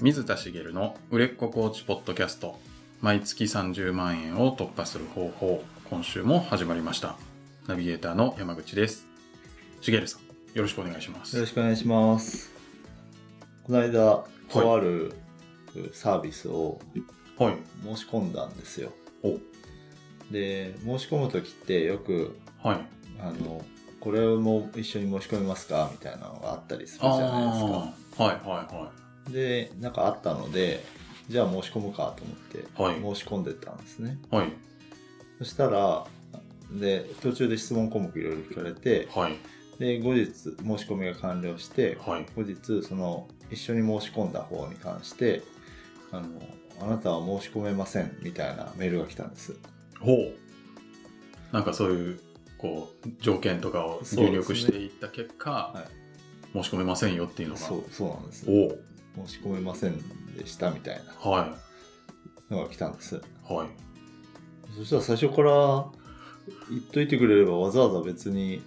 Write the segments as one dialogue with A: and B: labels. A: 水田茂の売れっ子コーチポッドキャスト毎月30万円を突破する方法今週も始まりましたナビゲーターの山口です茂さんよろしくお願いしま
B: よろ
A: す
B: しくお願いします。この間、とあるサービスを
A: はい
B: 申し込んだんですよ。
A: お
B: で、申し込む時ってよく、
A: はい
B: あの、これも一緒に申し込みますかみたいなのがあったりするじゃないです
A: ああはいは
B: か。で、なんかあったので、じゃあ申し込むかと思って
A: はい
B: 申し込んでたんですね。
A: いはい
B: そしたら、で、途中で質問項目いろいろ聞かれて、
A: はい
B: で、後日申し込みが完了して、
A: はい
B: 後日その一緒に申し込んだ方に関してあの「あなたは申し込めません」みたいなメールが来たんです
A: ほうなんかそういうこう条件とかを入力していった結果、
B: そうで
A: 申し込めませんよっていうのが
B: そうそうなんです
A: おう
B: 申し込めませんでしたみたいな
A: は
B: のが来たんです
A: いはい
B: そしたら最初から言っといてくれればわざわざ別に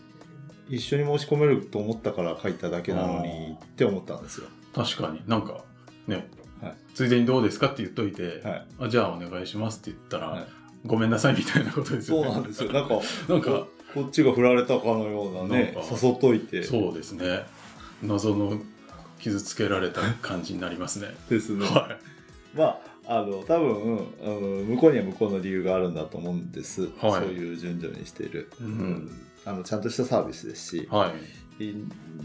B: 一緒に申し込めると思ったから書いただけなのにって思ったんですよ
A: 確かになんかね、
B: はい
A: ついでにどうですかって言っといて、
B: はい
A: あじゃあお願いしますって言ったら、
B: はい
A: ごめんなさいみたいなことです
B: そ
A: よ
B: う
A: ね
B: なんですよ なんか
A: なんか
B: ここっちが振られたかのようなね
A: なんか
B: 誘っといて
A: そうですね謎の傷つけられた感じになりますね
B: ですね
A: は
B: まあ、あの多分、うん、向こうには向こうの理由があるんだと思うんです、
A: はい
B: そういう順序にしている、
A: うん
B: あのちゃんとしたサービスですし
A: い、はい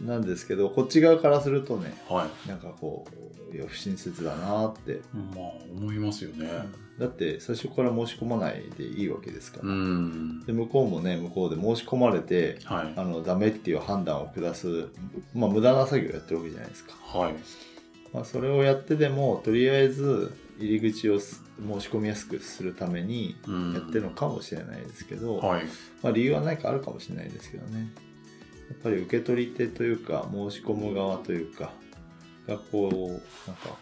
B: なんですけどこっち側からするとね
A: はい
B: なんかこういや不親切だなって、
A: まあ思いますよね
B: だって最初から申し込まないでいいわけですから、
A: うん
B: で向こうもね向こうで申し込まれて
A: はい
B: あのダメっていう判断を下す、まあ、無駄な作業をやってるわけじゃないですか、
A: はい
B: まあ、それをやってでもとりあえず入り口をす申し込みやすくするために
A: うん
B: やってるのかもしれないですけど、
A: はい
B: まあ、理由は何かあるかもしれないですけどねやっぱり受け取り手というか申し込む側というか学校をなんかや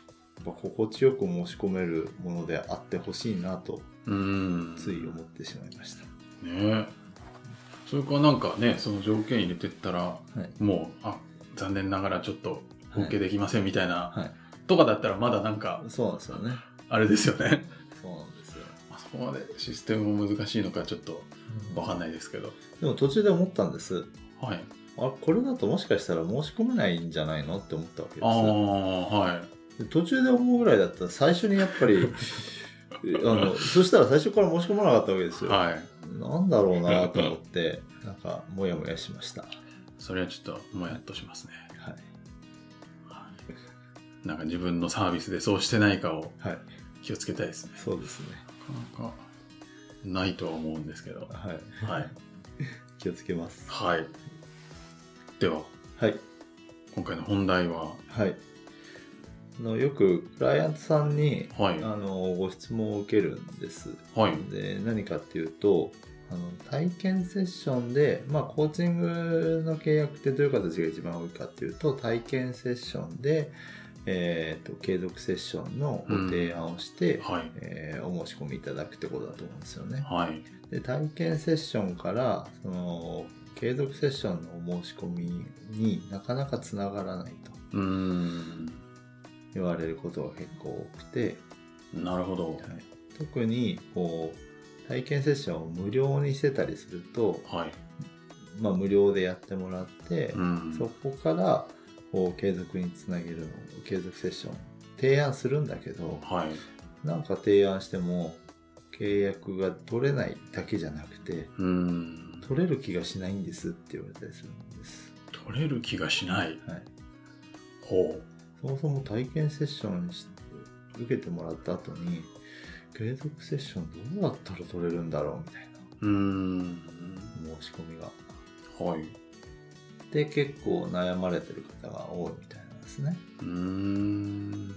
B: っぱ心地よく申し込めるものであってほしいなと
A: うん
B: つい思ってしまいました、
A: ねそれからなんかねその条件入れてったら
B: はい
A: もうあ残念ながらちょっとお受けできませんみたいな、
B: はい
A: とかだったらまだなんか
B: そうなんですよね
A: あれですよね
B: そうなんですよ、
A: あそこまでシステムも難しいのかちょっとわかんないですけど
B: でも途中で思ったんです
A: はい
B: あこれだともしかしたら申し込めないんじゃないのって思ったわけです
A: ああはい
B: で途中で思うぐらいだったら最初にやっぱり あのそしたら最初から申し込まなかったわけですよ、
A: はい
B: なんだろうなと思ってなんかモヤモヤしました、は
A: それはちょっともやっとしますね
B: い
A: なんか自分のサービスでそうしてないかを
B: はい、
A: 気をつけたいですね
B: そうですね、
A: なかなかないとは思うんですけど
B: はい、
A: はい
B: 気をつけます
A: はいでは
B: はい
A: 今回の本題は
B: はいあのよくクライアントさんに
A: はい
B: あのご質問を受けるんです
A: はい
B: で何かっていうとあの体験セッションで、まあ、コーチングの契約ってどういう形が一番多いかっていうと体験セッションで、えーと継続セッションのご提案をして、
A: はい
B: えーお申し込みいただくってことだと思うんですよね。
A: はい
B: で体験セッションからその継続セッションのお申し込みになかなかつながらないと
A: うーん
B: 言われることが結構多くて、
A: なるほど
B: はい特にこう体験セッションを無料にしてたりすると、
A: はい
B: まあ、無料でやってもらって、
A: うん
B: そこからこう継続につなげるのを継続セッション提案するんだけど
A: はい
B: なんか提案しても契約が取れないだけじゃなくて
A: うーん
B: 取れる気がしないんですって言われたりするんです、
A: 取れる気がしない
B: はい、
A: ほ
B: そもそも体験セッションし受けてもらった後に継続セッションどうだったら取れるんだろうみたいう
A: うーん
B: な申し込みが
A: はい
B: で結構悩まれてる方が多いみたいなんですね
A: うーん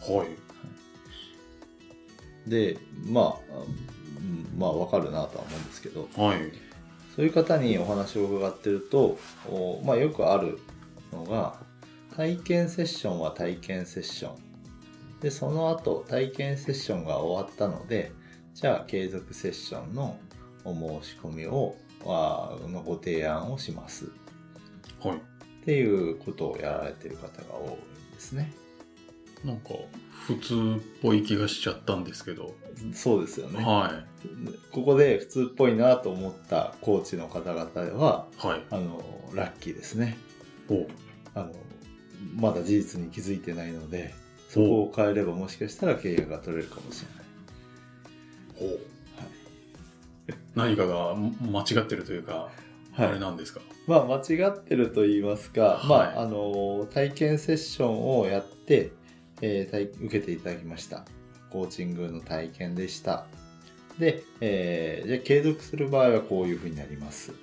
A: はい
B: でまあうんまあわかるなとは思うんですけど
A: はい
B: そういう方にお話を伺ってるとおまあよくあるのが体験セッションは体験セッションでその後体験セッションが終わったのでじゃあ継続セッションのお申し込みをあのご提案をします
A: はい
B: っていうことをやられてる方が多いんですね
A: なんか普通っぽい気がしちゃったんですけど、
B: そうですよね、
A: は
B: ここで普通っぽいなと思ったコーチの方々はい
A: はい
B: あのラッキーですね
A: お
B: あのまだ事実に気づいてないのでそこを変えればもしかしたら契約が取れるかもしれない
A: お、何かが間違ってるというか、
B: はい
A: あれなんですか
B: まあ間違ってると言いますか、ま
A: はい
B: ああの体験セッションをやって、えー体受けていただきましたコーチングの体験でしたで、えーじゃあ継続する場合はこういうふうになりますっ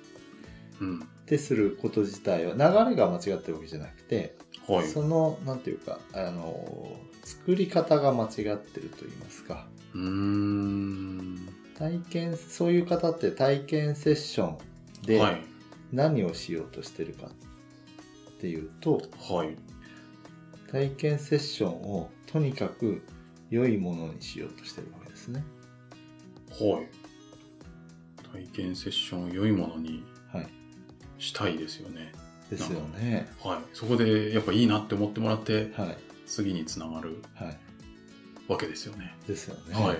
A: うん
B: てすること自体は流れが間違ってるわけじゃなくて、
A: はい
B: そのなんていうかあの作り方が間違ってると言いますか
A: うーん
B: 体験そういう方って体験セッションで
A: はい
B: 何をしようとしてるかっていうと、
A: はい
B: 体験セッションをとにかく良いものにしようとしてるわけですね。
A: はい体験セッションを良いものに
B: はい、
A: したいですよね
B: ですよね。
A: はいそこでやっぱいいなって思ってもらって
B: はい
A: 次につながる
B: はい
A: わけですよね
B: ですよね、
A: はい、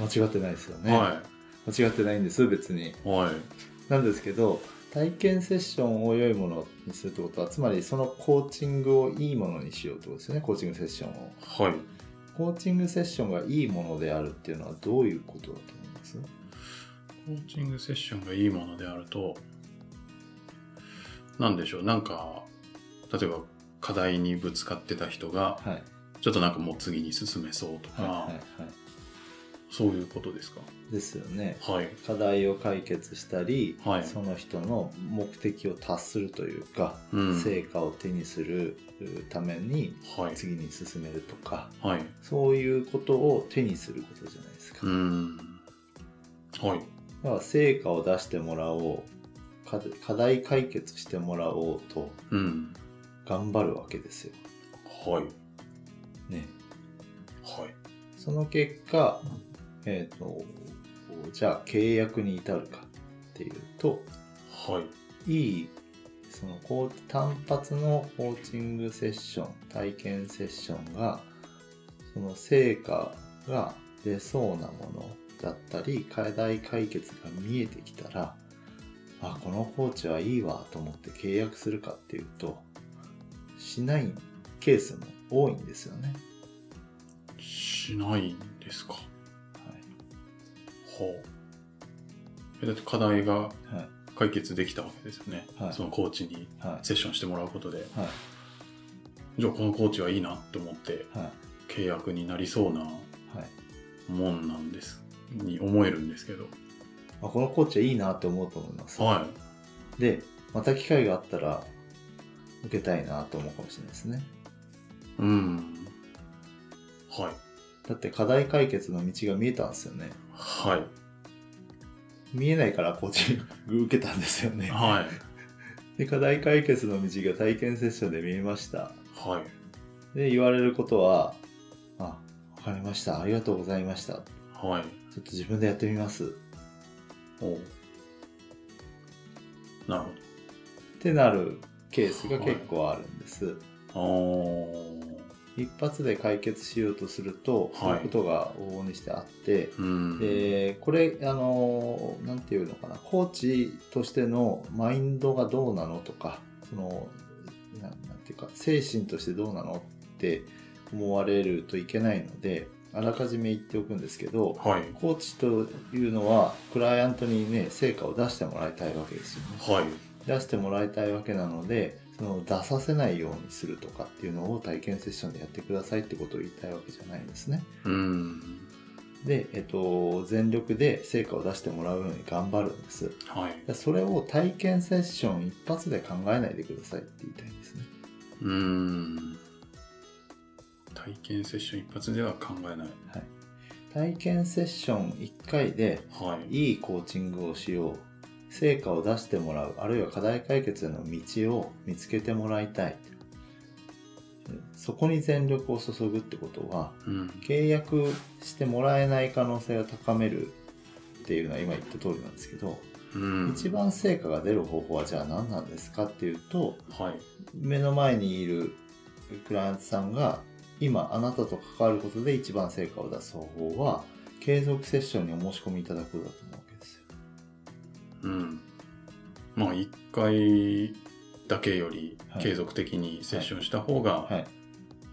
B: 間違ってないですよね、
A: は
B: 間違ってないんです別に。
A: いはい
B: なんですけど体験セッションを良いものにするってことはつまりそのコーチングをいいものにしようってことですよねコーチングセッションを。
A: はい
B: コーチングセッションがいいものであるっていうのはどういうことだと思います
A: コーチングセッションがいいものであると、なんでしょう、なんか、例えば課題にぶつかってた人が、
B: はいはい
A: ちょっとなんかもう次に進めそうとか、
B: はいはい
A: そういうことですか。
B: ですよね。
A: はい。
B: 課題を解決したり、
A: はい
B: その人の目的を達するというか、
A: うん。
B: 成果を手にするうために
A: はい。
B: 次に進めるとか
A: はい。
B: そういうことを手にすることじゃないですか、
A: うん。はい。
B: だから成果を出してもらおう課課題解決してもらおうと
A: うん。
B: 頑張るわけですよ、
A: はい。
B: ね、
A: はい。
B: その結果、えー、とじゃあ契約に至るかっていうと
A: はい。
B: いいそのこう単発のコーチングセッション体験セッションがその成果が出そうなものだったり課題解決が見えてきたらあこのコーチはいいわと思って契約するかっていうとしないケースも多いんですよね。
A: しないんですか。は
B: は
A: あ。えだって課題が
B: いはい
A: 解決できたわけですよね。
B: はい
A: そのコーチに
B: はい
A: セッションしてもらうことで。
B: はい
A: じゃあこのコーチはいいなと思って
B: はい
A: 契約になりそうな
B: はい
A: もんなんですに思えるんですけど
B: あこのコーチはいいなって思うと思います。
A: は
B: でまた機会があったら受けたいなと思うかもしれないですね。
A: いうんはい
B: だって課題解決の道が見えたんですよね
A: はい
B: 見えないからコーチング受けたんですよね
A: はい
B: で課題解決の道が体験セッションで見えました
A: はい
B: で言われることは「あわかりましたありがとうございましたちょ
A: はい
B: っと自分でやってみます」っ
A: おうなる
B: てなるケースが結構あるんです、
A: ほ
B: 一発で解決しようとすると、
A: はい
B: そういうことが往々にしてあって
A: あーうん
B: でこれあのなんていうのかなコーチとしてのマインドがどうなのとかそのななんていうか精神としてどうなのって思われるといけないのであらかじめ言っておくんですけど
A: はい
B: コーチというのはクライアントにね成果を出してもらいたいわけですよね
A: はい
B: 出してもらいたいわけなのでその出させないようにするとかっていうのを体験セッションでやってくださいってことを言いたいわけじゃないんですね
A: うん
B: で、えっと、全力で成果を出してもらうように頑張るんです。
A: はい
B: でそれを体験セッション一発で考えないでくださいって言いたいんですね。
A: うん体験セッション一発では考えない
B: 体験セッション1回で
A: はい
B: いいコーチングをしよう。成果を出してもらう。あるいは課題解決への道を見つけてもらいたい。そこに全力を注ぐってことは、
A: うん
B: 契約してもらえない可能性を高めるっていうのは今言った通りなんですけど、
A: うん
B: 一番成果が出る方法はじゃあ何なんですかっていうと
A: はい
B: 目の前にいるクライアントさんが今あなたと関わることで一番成果を出す方法は継続セッションにお申し込みいただくことだと思うわけですよ。
A: うん。まあ、一回だけより継続的にセッションした方が、
B: は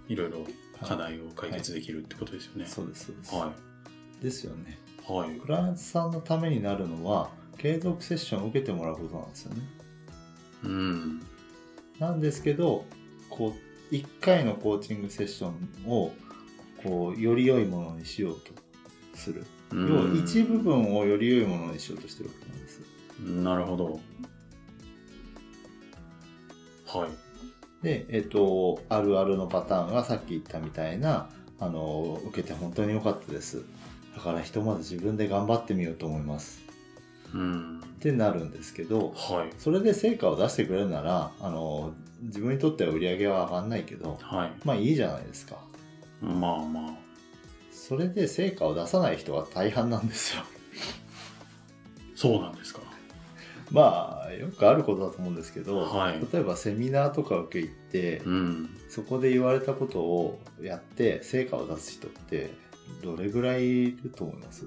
B: い、
A: いろいろ課題を解決できるってことですよね。
B: そうですそうです、
A: は
B: ですよね。
A: い。はい。
B: クライアントさんのためになるのは継続セッションを受けてもらうことなんですよね。
A: うん。
B: なんですけどこう1回のコーチングセッションをこうより良いものにしようとする。
A: う
B: 要
A: ん
B: は一部分をより良いものにしようとしてるわけなんです。
A: なるほど。はい。
B: で、えっと、あるあるのパターンがさっき言ったみたいな、あの、受けて本当に良かったです。だからひとまず自分で頑張ってみようと思います。
A: うん。
B: ってなるんですけど、
A: はい。
B: それで成果を出してくれるなら、あの、自分にとっては売り上げは上がんないけど、
A: はい。
B: まあいいじゃないですか。
A: まあまあ。
B: それで成果を出さない人が大半なんですよ。
A: そうなんですか。
B: まあ、よくあることだと思うんですけど、
A: はい
B: 例えばセミナーとか受け行って、
A: うん。
B: そこで言われたことをやって成果を出す人ってどれぐらいいると思います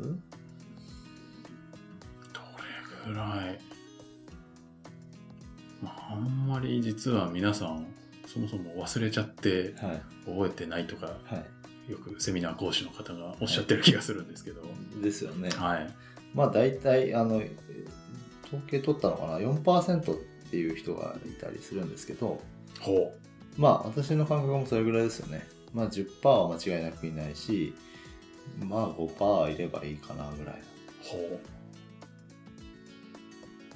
A: どれぐらい。まあ、あんまり実は皆さん、そもそも忘れちゃって
B: はい
A: 覚えてないとか、
B: はい
A: よくセミナー講師の方がおっしゃってる気がするんですけど。
B: ですよね、
A: はい。
B: まあ大体あのえー統計取ったのかな4%っていう人がいたりするんですけど
A: ほ
B: まあ私の感覚もそれぐらいですよねまあ10%は間違いなくいないしまあ5%いればいいかなぐらい、
A: う。ほ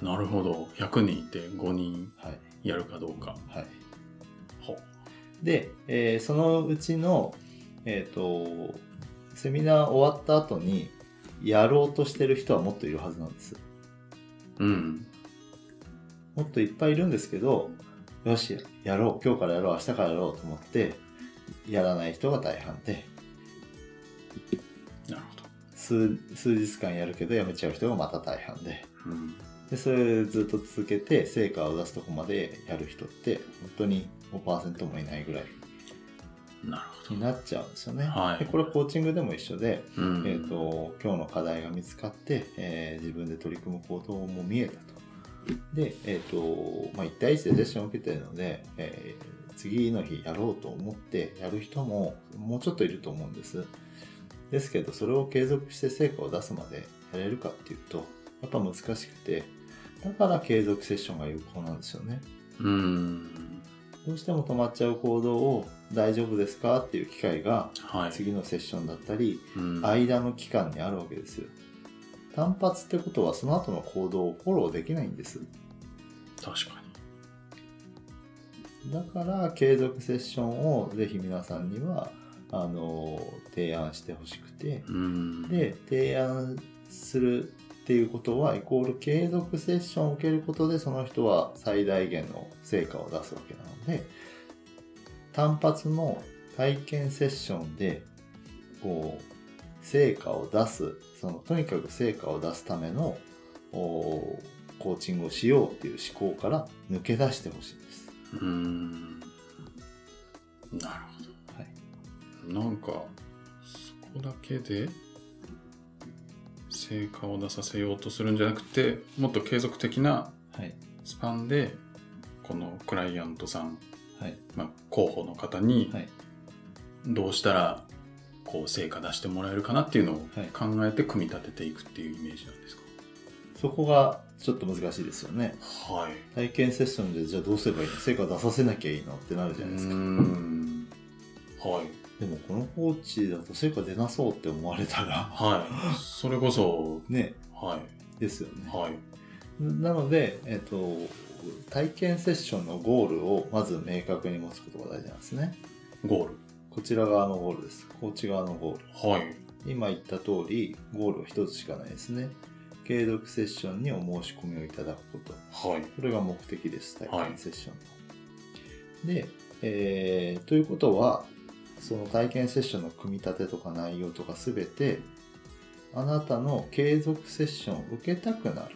A: う。なるほど。100人いて5人
B: はい
A: やるかどうか。
B: はい、
A: ほう。
B: で、えーそのうちの、えー、とセミナー終わった後にやろうとしてる人はもっといるはずなんです
A: うん。
B: もっといっぱいいるんですけどよしやろう今日からやろう明日からやろうと思ってやらない人が大半で
A: なる
B: 数数日間やるけどやめちゃう人がまた大半で
A: ほど。うん。
B: でそれずっと続けて成果を出すとこまでやる人って本当に5%もいないぐらい
A: なるほ
B: になっちゃうんですよね、
A: はい
B: でこれコーチングでも一緒で
A: ど。うん。
B: えー、と今日の課題が見つかって、えー自分で取り組む行動も見えたと。で、えーとまあ、1対1でセッションを受けてるので、えー次の日やろうと思ってやる人ももうちょっといると思うんです。ですけどそれを継続して成果を出すまでやれるかっていうとやっぱ難しくてだから継続セッションが有効なんですよね。
A: うん。
B: どうしても止まっちゃう行動を大丈夫ですかっていう機会が
A: はい。
B: 次のセッションだったり
A: うん、
B: 間の期間にあるわけですよ単発ってことはその後の行動をフォローできないんです
A: 確か
B: だから継続セッションをぜひ皆さんにはあの提案してほしくて
A: に。うん。
B: で提案するっていうことはイコール継続セッションを受けることでその人は最大限の成果を出すわけなので単発の体験セッションでこう成果を出すそのとにかく成果を出すためのおコーチングをしようっていう思考から抜け出してほしいんです。
A: うん。なる
B: は
A: ほ
B: い
A: ど。なんか、そこだけで、成果を出させようとするんじゃなくて、もっと継続的な
B: はい
A: スパンで、このクライアントさん、
B: はい
A: まあ、候補の方に、
B: はい
A: どうしたら、こう、成果出してもらえるかなっていうのを
B: はい
A: 考えて組み立てていくっていうイメージなんです
B: そこがちょっと難しいですよね。
A: か。はい。
B: 体験セッションでじゃあどうすればいいの成果出させなきゃいいのってなるじゃないですか、
A: うーんはい
B: でもこのコーチだと成果出なそうって思われたら
A: はいそれこそ
B: ね
A: は
B: ですよ
A: い
B: ね
A: はい
B: なので、えっと体験セッションのゴールをまず明確に持つことが大事なんですね
A: ゴール
B: こちら側のゴールですコーチ側のゴール
A: はい
B: 今言った通りゴールは一つしかないですね継続セッションにお申し込みをいただくこと
A: はい
B: これが目的です、体
A: はい
B: 験セッションの。で、えーということは、その体験セッションの組み立てとか内容とかすべて、あなたの継続セッションを受けたくなる。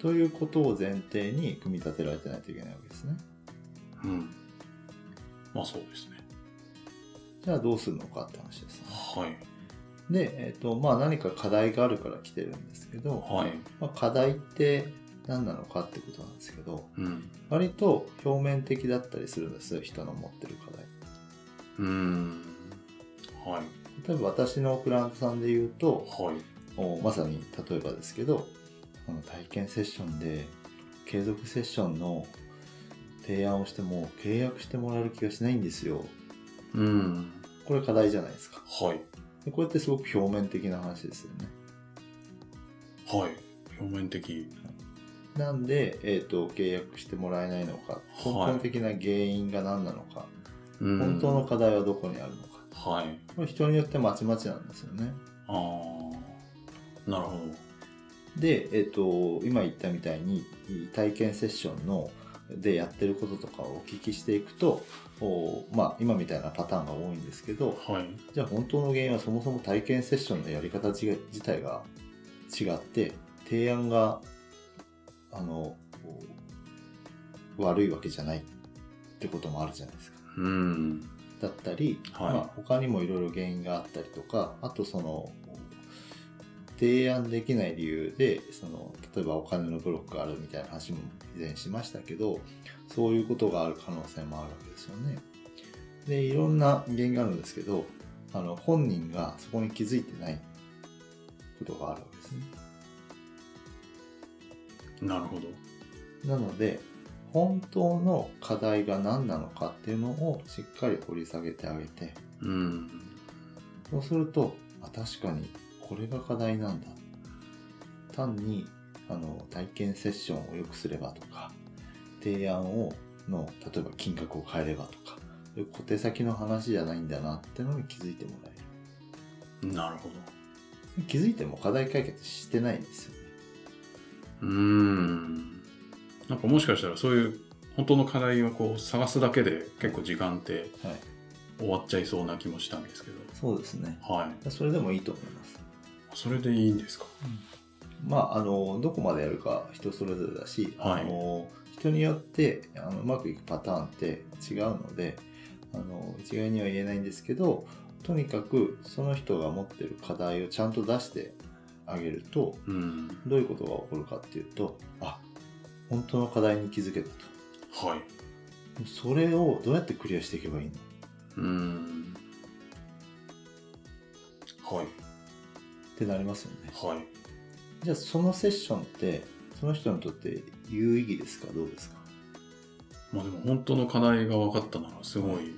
B: ということを前提に組み立てられてないといけないわけですね。
A: うんまあそうですね
B: じゃあどうするのかって話ですね。
A: はい。
B: で、えっとまあ、何か課題があるから来てるんですけど、
A: はい。
B: まあ、課題って何なのかってことなんですけど
A: うん。
B: 割と表面的だったりするんですよ人の持ってる課題。
A: うーん。はい。
B: 例えば私のクライアントさんで言うと
A: はい。
B: おまさに例えばですけどあの体験セッションで継続セッションの提案をしても契約してもらえる気がしないんですよ
A: うん。
B: これ課題じゃないですか
A: はい。
B: でこれってすごく表面的な話ですよね
A: はい。表面的。
B: なんで、えー、と契約してもらえないのか根
A: はい
B: 本的な原因が何なのか、
A: うん
B: 本当の課題はどこにあるのか
A: はい。
B: これ人によってまちまちなんですよね
A: ああ。なるほど。
B: で、えっと今言ったみたいに体験セッションのでやってることとかをお聞きしていくとおまあ、今みたいなパターンが多いんですけど
A: はい。
B: じゃあ本当の原因はそもそも体験セッションのやり方自自体が違って提案があのお悪いわけじゃないってこともあるじゃないですか。
A: うん。
B: だったり、
A: はい
B: まあ、他にもいろいろ原因があったりとかあとその提案できない理由でその例えばお金のブロックがあるみたいな話も以前しましたけどそういうことがある可能性もあるわけですよね。でいろんな原因があるんですけどあの本人がそこに気づいてないことがあるわけですね。
A: なるほど。
B: なので本当の課題が何なのかっていうのをしっかり掘り下げてあげて、
A: うん。
B: そうすると、あ、確かにこれが課題なんだ。単に、あの、体験セッションを良くすればとか、提案を、の、例えば金額を変えればとか、そういう小手先の話じゃないんだなってのに気づいてもらえ
A: なるほど。
B: る。気づいても課題解決してないんですよね。
A: うーん。なんかもしかしたらそういう本当の課題をこう探すだけで結構時間って
B: はい。
A: 終わっちゃいそうな気もしたんですけど。
B: そうですね。
A: はい。
B: それでもいいと思います。
A: それでいいんですか
B: まあ、あの、どこまでやるか人それぞれだし、
A: はい
B: あの、人によってあのうまくいくパターンって違うので、あの、一概には言えないんですけど、とにかくその人が持ってる課題をちゃんと出してあげると、
A: うん。
B: どういうことが起こるかっていうと、あ、本当の課題に気づけたと。
A: はい。
B: それをどうやってクリアしていけばいいの
A: うーん。はい。
B: ってなりますよね。
A: はい。
B: じゃあそのセッションって、その人にとって有意義ですかどうですか
A: まあでも本当の課題が分かったならすごい
B: はい。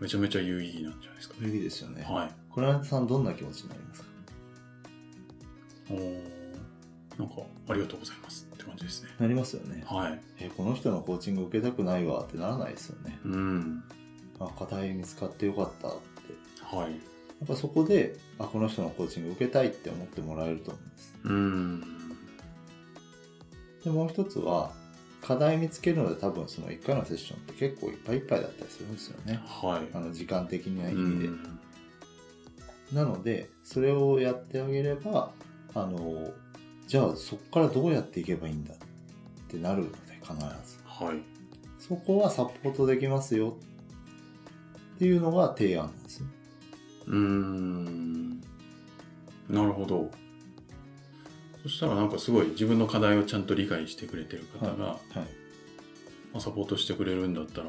A: めちゃめちゃ有意義なんじゃないですか
B: 有意
A: ね。
B: 義ですよね。
A: はい。
B: クライアントさんどんな気持ちになりますか
A: おーなんかありがとうございますって感じですね。
B: なりますよね
A: はい。
B: えこの人のコーチング受けたくないわってならないですよね
A: うん。
B: あ課題見つかってよかったって
A: はい。
B: やっぱそこであこの人のコーチング受けたいって思ってもらえると思うんです
A: うん。
B: でもう一つは課題見つけるので多分その1回のセッションって結構いっぱいいっぱいだったりするんですよね
A: はい。
B: あの時間的な意
A: う
B: 味で、
A: ん
B: なのでそれをやってあげればあのじゃあそこからどうやっていけばいいんだってなるので必ず
A: はい。
B: そこはサポートできますよっていうのが提案なんですね。
A: うーん。なるほど。そしたらなんかすごい自分の課題をちゃんと理解してくれてる方が、
B: はい。
A: まあサポートしてくれるんだったら、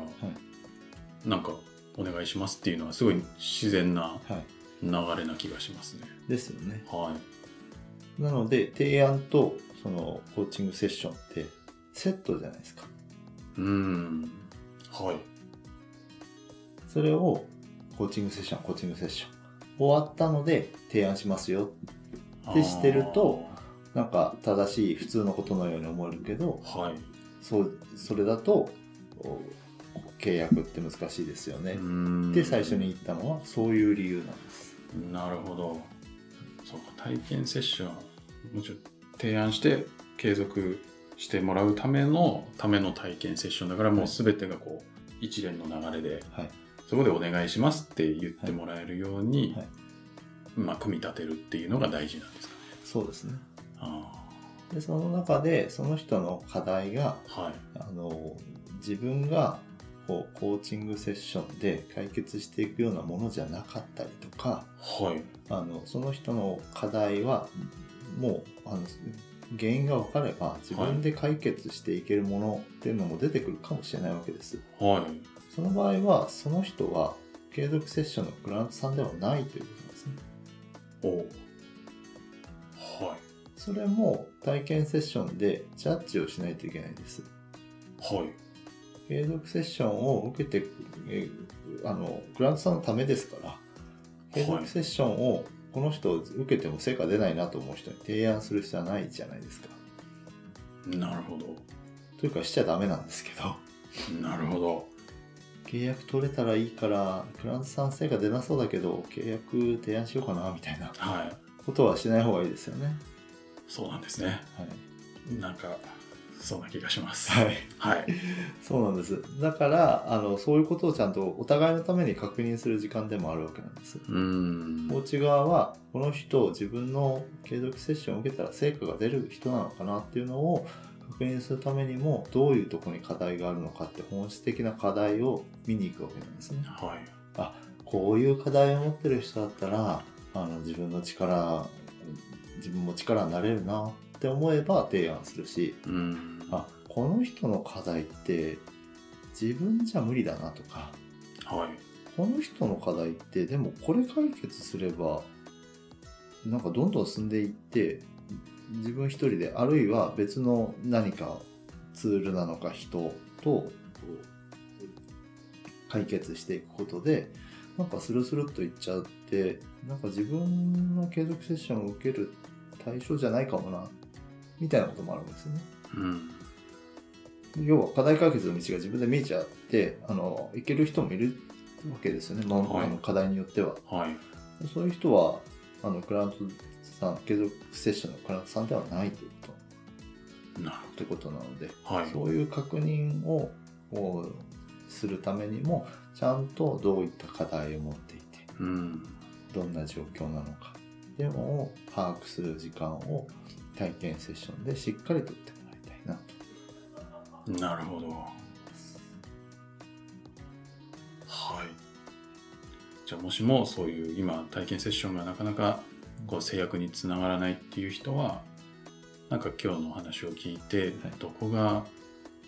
A: なんかお願いしますっていうのはすごい自然な
B: はい。
A: 流れな気がしますね。
B: ですよね。
A: は
B: なので、提案とそのコーチングセッションってセットじゃないですか。
A: い。うん。はい。
B: それをコーチングセッション、コーチングセッション。終わったので提案しますよ。ってしてるとなんか正しい普通のことのように思えるけど、
A: あー、はい。
B: そう、それだと、お契約って難しいですよね。
A: で
B: で、最初に言ったのはそういう理由なんです。
A: なるほどそうか体験セッションもちろん提案して継続してもらうためのための体験セッションだからもう
B: はい
A: 全てがこう一連の流れで
B: はい。
A: そこでお願いしますって言ってもらえるように、
B: はいはい
A: まあ、組み立てるっていうのが大事なんですかね。
B: そうですね。
A: あ
B: でその中でその人の課題が
A: ーはい、
B: あの自分がこうコーチングセッションで解決していくようなものじゃなかったりとか
A: はい。
B: あのその人の課題はもうあの原因が分かれば自分で解決していけるものっていうのも出てくるかもしれないわけです。
A: はい。
B: その場合はその人は継続セッションのクライアントさんではないということなんですね。
A: おうは
B: それも体験セッションでジャッジをしないといけないんです。
A: い。はい。
B: 継続セッションを受けてえあのグラントさんのためですから継続セッションをこの人を受けても成果出ないなと思う人に提案する必要はないじゃないですか。
A: なるほど。
B: というかしちゃダメなんですけど
A: なるほど。
B: 契約取れたらいいからグラントさん成果出なそうだけど契約提案しようかなみたいな
A: はい。
B: ことはしない方がいいですよね。
A: そうなんですね。
B: はい
A: なんか、そうな気がします。。
B: はいい
A: はい。
B: そうなんですだからあのそういうことをちゃんとお互いのために確認する時間でもあるわけなんです
A: うーん。
B: コーチ側はこの人を自分の継続セッションを受けたら成果が出る人なのかなっていうのを確認するためにもどういうところに課題があるのかって本質的な課題を見に行くわけなんですね
A: はい。
B: こういう課題を持ってる人だったらあの自分の力自分も力になれるなって思えば提案するし
A: うーん。
B: あこの人の課題って自分じゃ無理だなとか
A: はい。
B: この人の課題ってでもこれ解決すればなんかどんどん進んでいって自分一人であるいは別の何かツールなのか人と解決していくことでなんかスルスルっといっちゃってなんか自分の継続セッションを受ける対象じゃないかもなみたいなこともあるんですよね。
A: うん。
B: 要は課題解決の道が自分で見えちゃってあのいける人もいるわけですよね、まあ
A: はい
B: あの課題によっては
A: はい。
B: そういう人はあのクライアントさん継続セッションのクライアントさんではないということ
A: なる
B: ってことなので、
A: ほど。はい。
B: そういう確認をこうするためにもちゃんとどういった課題を持っていて
A: うん。
B: どんな状況なのかでも把握する時間を体験セッションでしっかりとってもらいたいなと
A: なるほど。はい。じゃあもしもそういう今体験セッションがなかなかこう制約につながらないっていう人はなんか今日のお話を聞いて
B: はい
A: どこが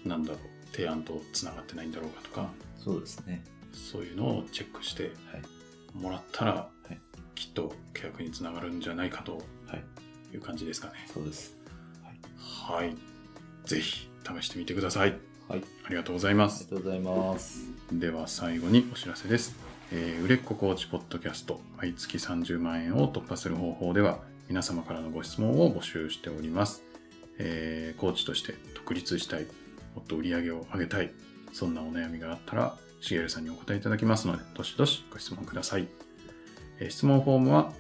A: なんだろう提案とつながってないんだろうかとか
B: そうですね
A: そういうのをチェックして
B: はい
A: もらったら
B: い
A: きっと契約につながるんじゃないかと
B: はい
A: いう感じですかね。
B: そうです
A: はい。ぜひ試してみてください。
B: はい
A: ありがとうございま
B: あ
A: す
B: り。がとうございます。
A: では最後にお知らせです。えー売れっ子コーチポッドキャスト、毎月30万円を突破する方法では、皆様からのご質問を募集しております。えーコーチとして独立したい、もっと売り上げを上げたい、そんなお悩みがあったら、しげるさんにお答えいただきますので、どしどしご質問ください。えー質問フォームは、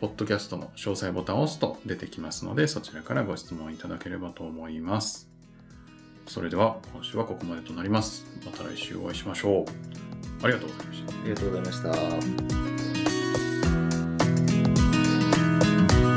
A: ポッドキャストの詳細ボタンを押すと出てきますので、そちらからご質問いただければと思います。それでは今週はここまでとなります。また来週お会いしましょう。ありがとうございました。
B: ありがとうございました。